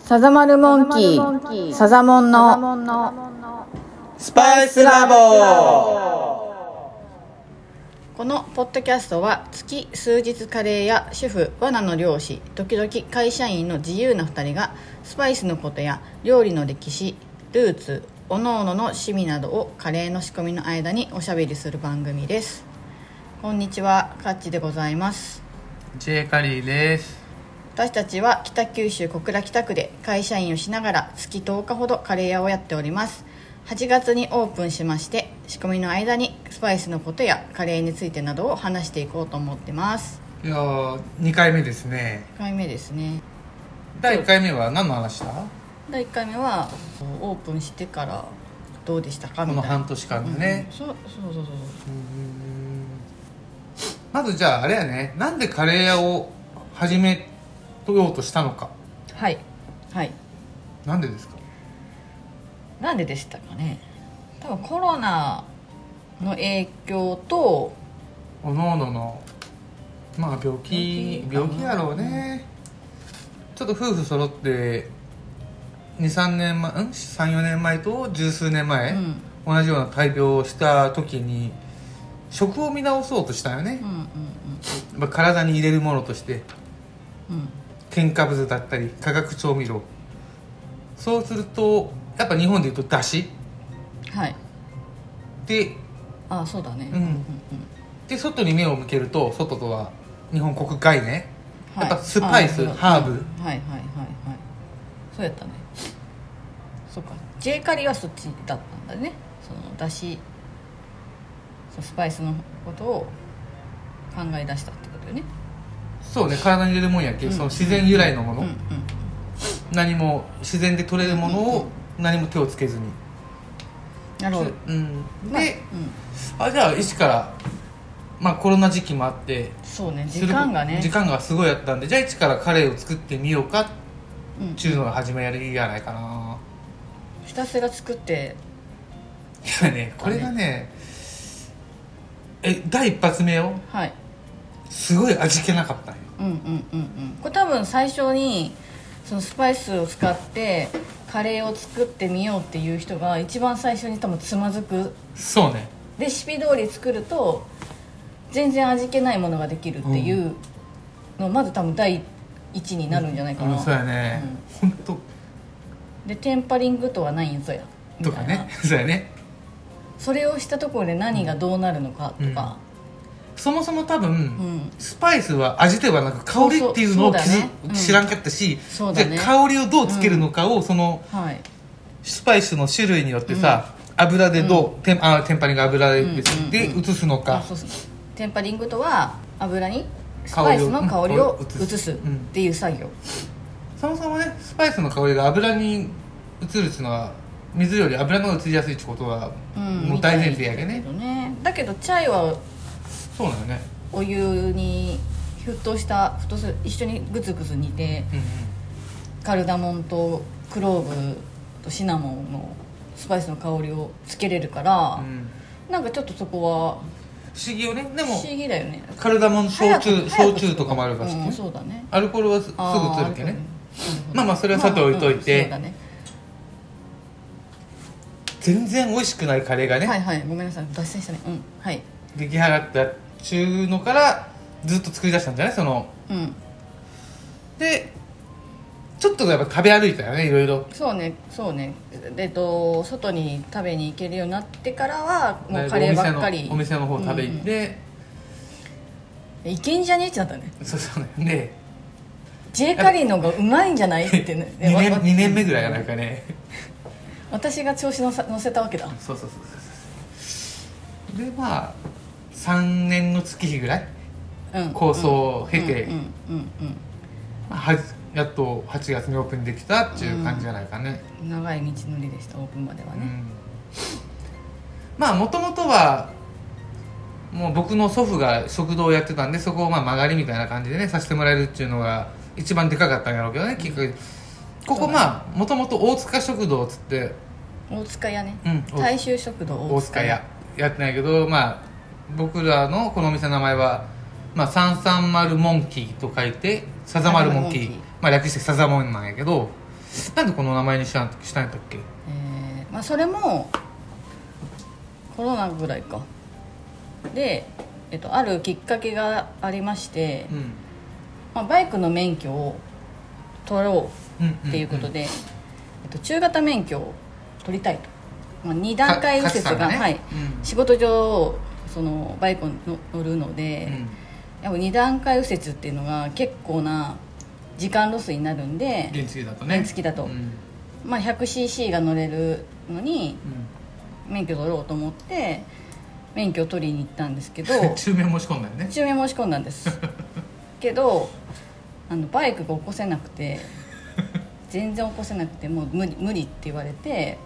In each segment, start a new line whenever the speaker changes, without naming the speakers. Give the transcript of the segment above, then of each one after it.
サザマルモンキー、サザモンの、
スパイスラボ
このポッドキャストは月数日カレーや主婦罠の漁師時々会社員の自由な2人がスパイスのことや料理の歴史ルーツおのおのの趣味などをカレーの仕込みの間におしゃべりする番組ですこんにちはカッチでございます
J カリーです
私たちは北九州小倉北区で会社員をしながら月10日ほどカレー屋をやっております8月にオープンしまして仕込みの間にスパイスのことやカレーについてなどを話していこうと思ってます
いやー2回目ですね
1回目ですね
第1回目は何の話した
第1回目はオープンしてからどうでしたか
こ
み
の
たいな
半年間でね
そうそうそうそう
まずじゃああれやねなんでカレー屋を始めようとしたのか
はいはい
なんでですか
なんででしたかね多分コロナの影響と
おのおののまあ病気
病
病
気
気やろうね、ちょっと夫婦揃って23年前ん34年前と十数年前、
うん
同じような大病をした時に食を見直そうとしたよね
うん、うん
まあ体に入れるものとして
うんうん
添加物だったり化学調味料そうするとやっぱ日本でいうとだし
はい
で
あそうだね
うんで外に目を向けると外とは日本国外ねやっぱスパイス
あ
ハーブ
はいはいはいはいそうやったねそうか J カリはそっちだったんだねそのだしそうスパイスのことを考え出したってことよね
そうね体に入れるもんやけ、その自然由来のもの、
うんうん
何も自然で取れるものを何も手をつけずに、
なるほど
うん、
まあ
で、
うん、
あじゃあ医師から、まあ、コロナ時期もあって
そうね
す
時
る
間がね
時間がすごいあったんでじゃあ一からカレーを作ってみようかっ
うん
ちゅうのが始まりやないかな
ひたすら作って
いやねこれがねえ第一発目を
はい
すごい味気なかったんよ
うんうんうんうんこれ多分最初にそのスパイスを使ってカレーを作ってみようっていう人が一番最初に多分つまずく
そうね
レシピ通り作ると全然味気ないものができるっていうの、まず多分第一になるんじゃないかな、
うんそうやね本当、ほん
でテンパリングとはないんぞやみ
と
た
か
いな、
ねそうやね
それをしたところで何がどうなるのかとか、
そもそも多分、
ん
スパイスは味ではなく香りっていうのを
そうそうそ
気づ
うだねうん
知らんかったし、
そう
じ
だ
ゃ
ね
あ香りをどうつけるのかを、その
はい
スパイスの種類によってさ、油でどう、テンあテンパリング油で,、
うんうん
で移すの
あ
か
そうそうテンパリングとは油にスパイスの香りを
香りをうん
移すっ
うん
ていう作業、
そもそもねスパイスの香りが油に移るっていうのは水より油の移りやすいってことは、
うん
もう大前提やけね
みたいだけどねだけどチャイは
そうなのね、
お湯に沸騰した沸騰する一緒にグツグツ煮て
うんうん、
カルダモンとクローブとシナモンのスパイスの香りをつけれるから、なんかちょっとそこは
不思議よねで
不
も
思議だよね
カルダモン焼酎
早
焼
く
酎とかもあるらしく
う
ね
ん、そうだね
アルコールはすすぐ
あー
移るけね
ある
まあまあそれはさておいといて
まあまあうんそうだね
全然美味しくないカレーがね、
はいはいごめんなさい脱線したねうんはい
出来上がったっちゅうのからずっと作り出したんじゃないその
うん
でちょっとやっぱ食べ歩いたよねいろいろ
そうねそうねえっと外に食べに行けるようになってからはもうカレーばっかり
お店のお店の方食べ行って、
いけんじゃねえってなったね
そうそうねで
J カリーの方がうまいんじゃないってね
2, 年
わわ
2年目ぐらいがなんかね
私が調子のさ乗せたわけだ
そうそうそうそうそうでまあ3年の月日ぐらい
うん
構想を経て、
うんうんうん
まあはじやっと8月にオープンできたっていう感じじゃないかね、
うん長い道のりでしたオープンまでは
うん
ね
まあもともとはもう僕の祖父が食堂をやってたんでそこをまあ曲がりみたいな感じでねさせてもらえるっていうのが一番でかかったんやろうけどねきっかけここまあもともと大塚食堂っつって
大塚屋ね
うん
大衆食堂
大塚屋やってないけどまあ僕らのこのお店の名前は、まあ、330モンキーと書いてサザマルモンキ
サ
ー
ザマルモンキー
まあ、略してサザモンなんやけどなんでこの名前にしたんしたんやったっけ
えーまあ、それもコロナぐらいかで、えっと、あるきっかけがありまして、
うん
まあ、バイクの免許を取ろ
うん
うっていうこと
で
で、えっと、中型免許を取りたいと、まあ、2段階右折が、はい、仕事上そのバイクをの乗るので、やっぱ2段階右折っていうのが結構な時間ロスになるんで、
原付だとね
原付だと
うんうん
まあ、100cc が乗れるのに免許取ろうと思って免許を取りに行ったんですけど
中面申し込んだよね
中免申し込んだんです けどあのバイクが起こせなく て全然起こせなくてもう無理無理って言われて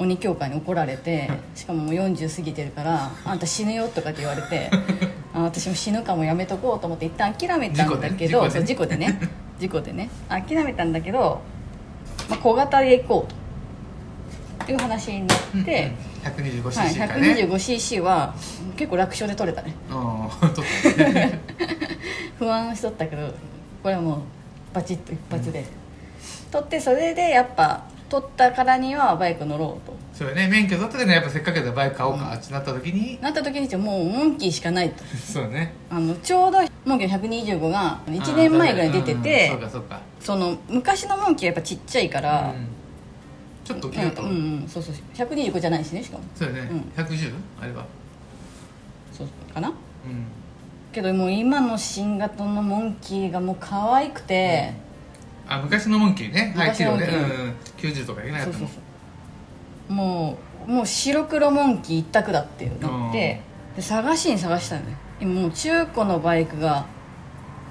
鬼教会に怒られ てしかももう40過ぎてるから「あんた死ぬよ」とかって言われ てあ私も死ぬかもやめとこうと思って一旦諦めたんだけど
事故
事故で
でね
ね事故でね諦めたんだけど、まあ、小型で行こうという話になって。
うんうん
はい、
125cc かね
125cc は結構楽勝で取れたね
うん 取ったね
不安しとったけどこれはもうバチッと一発で、取ってそれでやっぱ取ったからにはバイク乗ろうと
そうよね免許取ったけどやっぱせっかくでバイク買おうかってなった時に
なった時にもうモンキーしかないと
そうね
あのちょうどモンキーの125が1年前ぐらいに出てて、
うんそうかそうか
その昔のモンキーはやっぱちっちゃいから、
うんちょっと
うん
切ると
うんうんそうそう125じゃないしねしかも
そうよね
うん
110? あれば
そうかな
うん
けどもう今の新型のモンキーがもう可愛くて、
あ昔のモンキーねはい
昔
切
の
る
モンキ
ね
ー
うんうん90とかいけなか
そ
っ
うそ
た
う
も
そうもうもう白黒モンキー一択だっていうなってで探しに探したのね今もう中古のバイクが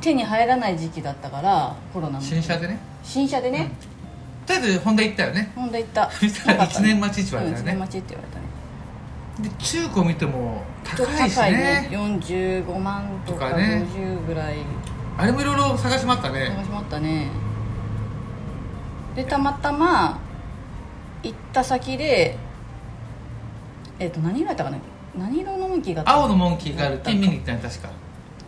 手に入らない時期だったからコロナの
ん新車でね
新車でね、
とりあえずホンダ行ったよね
ほんで行っ た
そした
な
ら
かった
一年待ちって言われたよ
うん一
ね
年待ちって言われたね
で中古見ても
ちょっと
高いしね
45万とか
とかね
50ぐらい
あれもいろいろ探しまった
探
ね
しまったねでたまたま行った先でえっ、と何色やったかな何色のモンキーがあった
青のモンキーがあるって見に行ったんや確か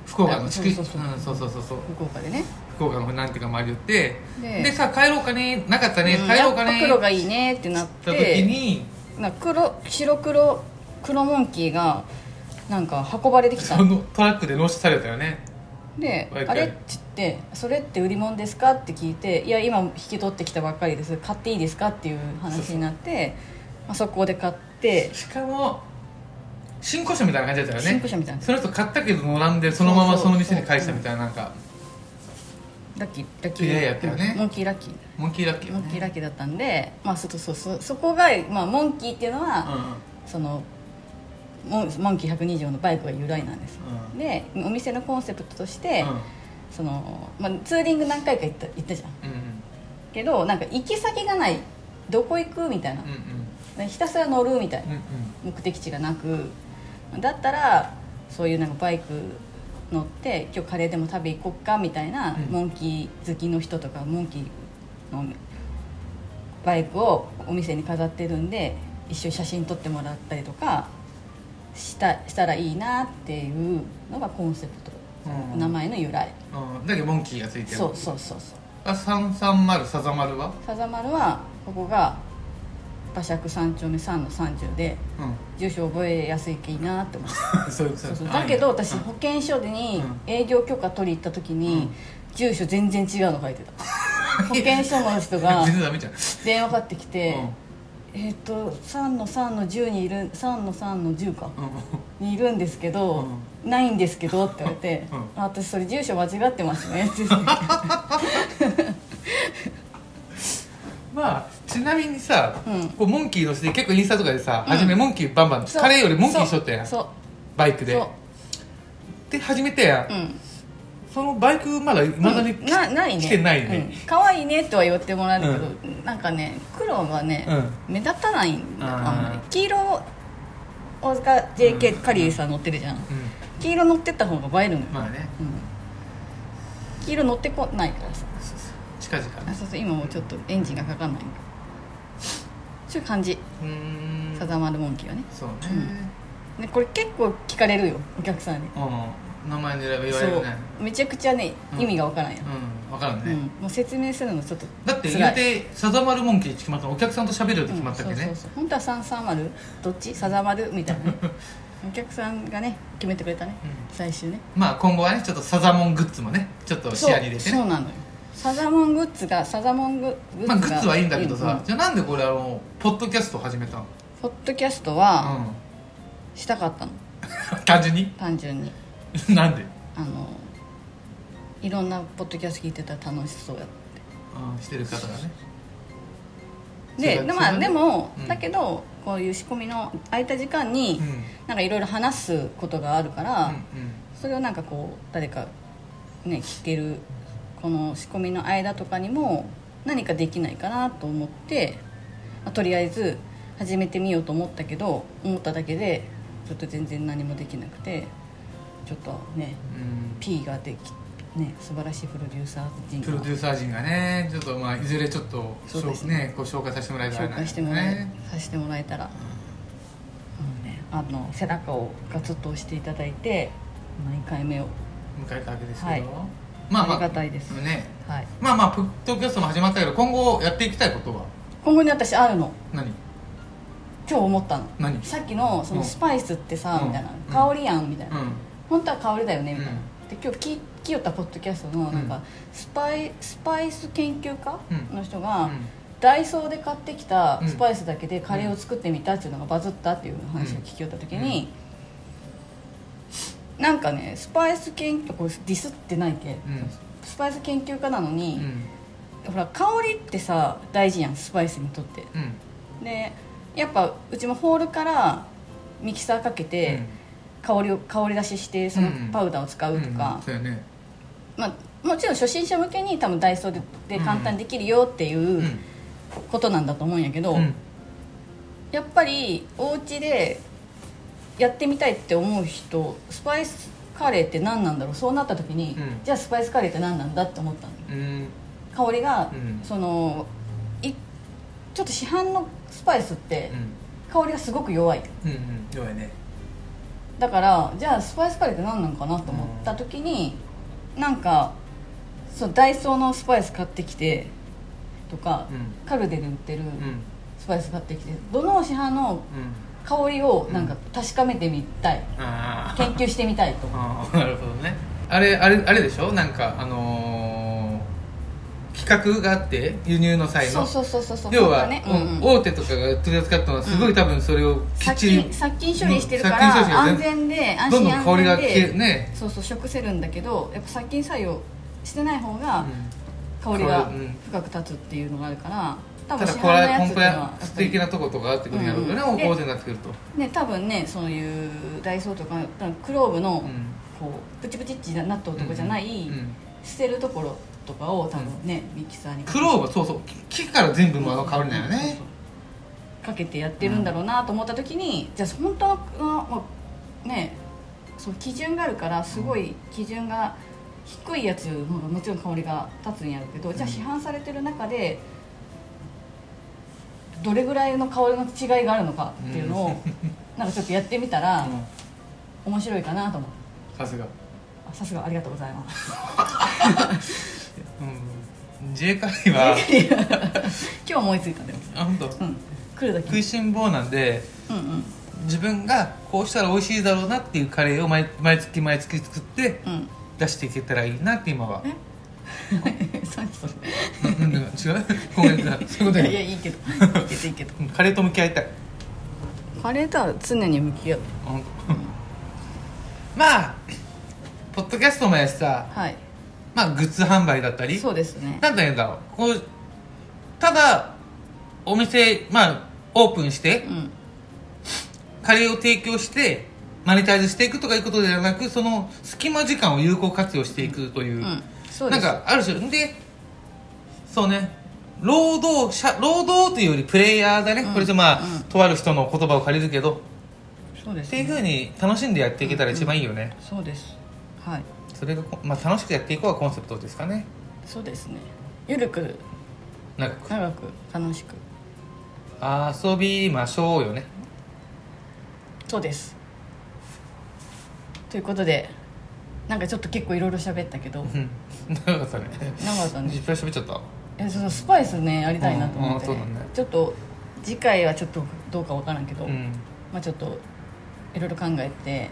福岡の地区
そうそうそう
うんそうそうそうそう
福岡でね
福岡のなんていうか周り寄って
で
でさ帰ろうかねなかったね
うん
帰ろうか
やっ
ね
ぱ黒がいいねってなっ
行った時
て
に
なんか黒白黒黒モンキーがなんか運ばれてきた
そのトラックで納車されたよね
で「
毎
あ
回
れ?」って言って「それって売り物ですか?」って聞いて「いや今引き取ってきたばっかりです買っていいですか?」っていう話になってまあ、速攻で買って
しかも新古車みたいな感じだったよね
新古車みたいな
その人買ったけど並んでそのまま
そう
そ
そう
の店に返したみたいななんか
ラッキーラッキー
いやいややったよね
モンキーラッキー
モンキーラッキーよ
モ
ね
ンキーラッキーだったんで、まあ、そうそうそうそこが、まあ、モンキーっていうのは、そのモンモンキー120のバイクが由来なんです、
うん
でお店のコンセプトとして、
うんうん
そのまあ、ツーリング何回か行った行ったじゃん
うん
けどなんか行き先がないどこ行くみたいな
うん、
ひたすら乗るみたい
うんうん
な目的地がなくだったらそういうなんかバイク乗って今日カレーでも食べ行こっかみたいな、
うん
モンキー好きの人とかモンキーのバイクをお店に飾ってるんで一緒に写真撮ってもらったりとかしたしたらいいなっていうのがコンセプト、
うん
名前の由来
うんうんだけどモンキーがついてる
そうそうそうそう
あ330サザマルは
さざまるはここが馬借三丁目3の30で
う
住所覚えやすいけいいなって思って
んそういうこ
そ
と
うそうだけど私
うん
保険証でに
うん
営業許可取り行った時に住所全然違うの書いて た保険証の人が
全然ダメじゃん
電話かかってきて
う
「
ん
えっと3の3の10にいる3の3の10か
うん
にいるんですけどないんですけど」って言われて
うん
「あ私それ住所間違ってます ね」って言って
まあちなみにさ、
うん
こうモンキーのして結構インスタとかでさ、
うん
初めモンキーバンバン
そう
カレーよりモンキーしとったやん
そう
バイクで
そ
で始めてやん、
ううん
そのバイクまだいまだに、
うんなないね
来てないね
うん可愛いねとは言ってもらえるけど、なんかね黒がね、
う
目立たないんだよ
あー
あんまり黄色大塚 JK カリーさん乗ってるじゃん、
う
黄色乗ってった方が映えるのよ、
ん、まあね
うん黄色乗ってこないからさ
近々
あ
ね
そうそう今もうちょっとエンジンがかかんないからそういう感じ
うーん
サザンマルモンキーはね
そうね、
でこれ結構聞かれるよお客さんに
うん、名前で選べ言わ
そ
れる
う
ね
めちゃくちゃね意味がわからんや、
うん分かる
う
ね、
ん、もう説明するのちょっと
だって
辛
言
いう
て定まるもんき決まったのお客さんと喋るって決まったっけね、
うんそうそうそう本当は330どっち定まるみたいな ねお客さんがね決めてくれたね、
う
最終ね
まあ今後はねちょっとサザモングッズもねちょっと視野に入れ
そ
て
う
ね
そうなのよサザモングッズがサザモンググッズ
ま
が
あグッズはいいんだけどさ、
うん
じゃあなんでこれあのポッドキャスト始めたの
ポッドキャスト
う
は
ん
したかったの
単純に
単純に
なんで
あのいろんなポッドキャスト聞いてたら楽しそうやって
うんしてる方がね
で
それ
で,、ま
そ
あ、
れね
でも、
うん
だけどこういう仕込みの空いた時間に、
うん
なんかいろいろ話すことがあるから、
う
それをなんかこう誰かね聞けるこの仕込みの間とかにも何かできないかなと思って、まあとりあえず始めてみようと思ったけど思っただけでちょっと全然何もできなくてちょっとね
んうん、
P ができね素晴らしいプロデューサー陣
プロ
が
デューサー陣がねちょっとまあいずれちょっと
そうですね
ねご紹介させてもらえたら
紹
な
介してもらえ、させてもらえたら、もうね、あの背中をガツッと押していただいて何回目を
迎えたわけですけど、
はい
まあまあ
ありがたいです
ね
はい
まあまあポッドキャストも始まったけど今後やっていきたいことは
今後に私あるの
何
今日思ったの
何うん
さっきのそのスパイスってさ、
うん
みたいな
うん
香りやんみたいな、本当は香りだよねみたいな、
う
で今日聞い聞きよったポッドキャストのなん
う
かスパイスパイス研究家
うん
の人が、
うん
ダイソーで買ってきた
うん
スパイスだけでカレーを作ってみたっていうのがバズったっていう話を聞きよった時に、なんかねスパイス研究これディスってないけ、
うん
スパイス研究家なの
う
に、
ん
ほら香りってさ大事やんスパイスにとって
うん
でやっぱうちもホールからミキサーかけて香りを香り出ししてそのパウダーを使
うん
うとか
うん、そうやね
まあ、もちろん初心者向けに多分ダイソーでで簡単にできるよっていう
うん
ことなんだと思うんやけど、
うん
やっぱりお家でやってみたいって思う人スパイスカレーって何なんだろうそうなった時に、
うん
じゃあスパイスカレーって何なんだって思ったの
うん
香りが、
うん
そのいちょっと市販のスパイスって香りがすごく弱い
うんうん弱いね
だからじゃあスパイスカレーって何なのかなと思った時に、なんかそのダイソーのスパイス買ってきてとか、
う
カルデで売ってる
んうん
スパイス買ってきてどの市販の
うん
香りをなんか確かめてみたい、
ああ
研究してみたいと
あ あなるほどねあれあれあれでしょなんかあのー企画があって輸入の際
そ
の
うそうそうそうそう
要は、
そうだねうんうん
大手とかが取り扱ったのはすごい多分それをきっ
殺
ちり、
菌殺菌処理してるか
殺菌処理
ら安全で安
ど
心
んどん
安
香りが
全
消え
で、
ね
そうそう食せるんだけどやっぱ殺菌作用してない方が香り
香
が
りうん
深く立つっていうのがあるから多
た
分
だ
市販
こ
の
れは
や
コ
つっていう
ンプ
の
ライ
は
アンス的なとことがあってくるんやろうけどね、
うんうん
大手になってくると、
ね多分ねそういうダイソーとか多分クローブの
うん
こうプチプチってなったとこじゃない、
うん
捨てるところとかを多分ね、ミキサーに
クローブはそうそう木木から全部もうあの香りだよね、
そうそうかけてやってるんだろうなと思った時に、じゃあ本当のまあねそう基準があるからすごい基準が低いやつの方がもちろん香りが立つんやるけど、じゃあ
うん
市販されてる中でどれぐらいの香りの違いがあるのかっていうのを、 なんかちょっとやってみたら、
うん
面白いかなと思って
さすが、
あさすがありがとうございます
うん、自衛隊は
今日思いついたんだよ、
あ本当
うん、来るだ
食
け
いしん坊なんで
うんうん
自分がこうしたら美味しいだろうなっていうカレーを毎毎月毎月作って
うん
出していけたらいいなって今は
え何それ
ななんだか違うごめんなさいそういうこと
いや
や
いいけどいいけどいいけど
カレーと向き合いたい
カレーとは常に向き合う
本当まあポッドキャストもやしさ
はい
まあグッズ販売だったり
そうですね
なんて言うんだろうこうただお店まあオープンして
うん
カレーを提供してマネタイズしていくとかいうことではなくその隙間時間を有効活用していくという、
うんそうで
なん
す
かある種でそうね労働者労働というよりプレイヤーだね、
うん
これじゃまあ、
うん
とある人の言葉を借りるけど
そうで
っ
す
ていう
ね
ふうに楽しんでやっていけたら一番いいよね、
そうですはい
それがこ、まあ、楽しくやっていこうがコンセプトですかね
そうですねゆるく
なんか
長く楽しく
遊びましょうよね
そうですということでなんかちょっと結構いろいろ喋ったけど
うん 長かったね
なかったね
いっぱい喋っちゃった
いやちょっとスパイスねやりたいなと思って、
うんうんそうだね
ちょっと次回はちょっとどうかわからんけど、
うん
まあちょっといろいろ考えて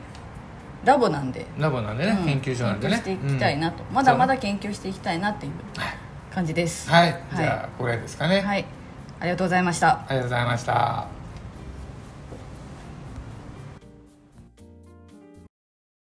ラボなんで、
ラボなんでね、
うん
研究所なんで
研
ね
究していきたいなと、
うん
まだまだ研究していきたいなっていう感じです
はい、じゃあこれですかね、
はい、ありがとうございました
ありがとうございました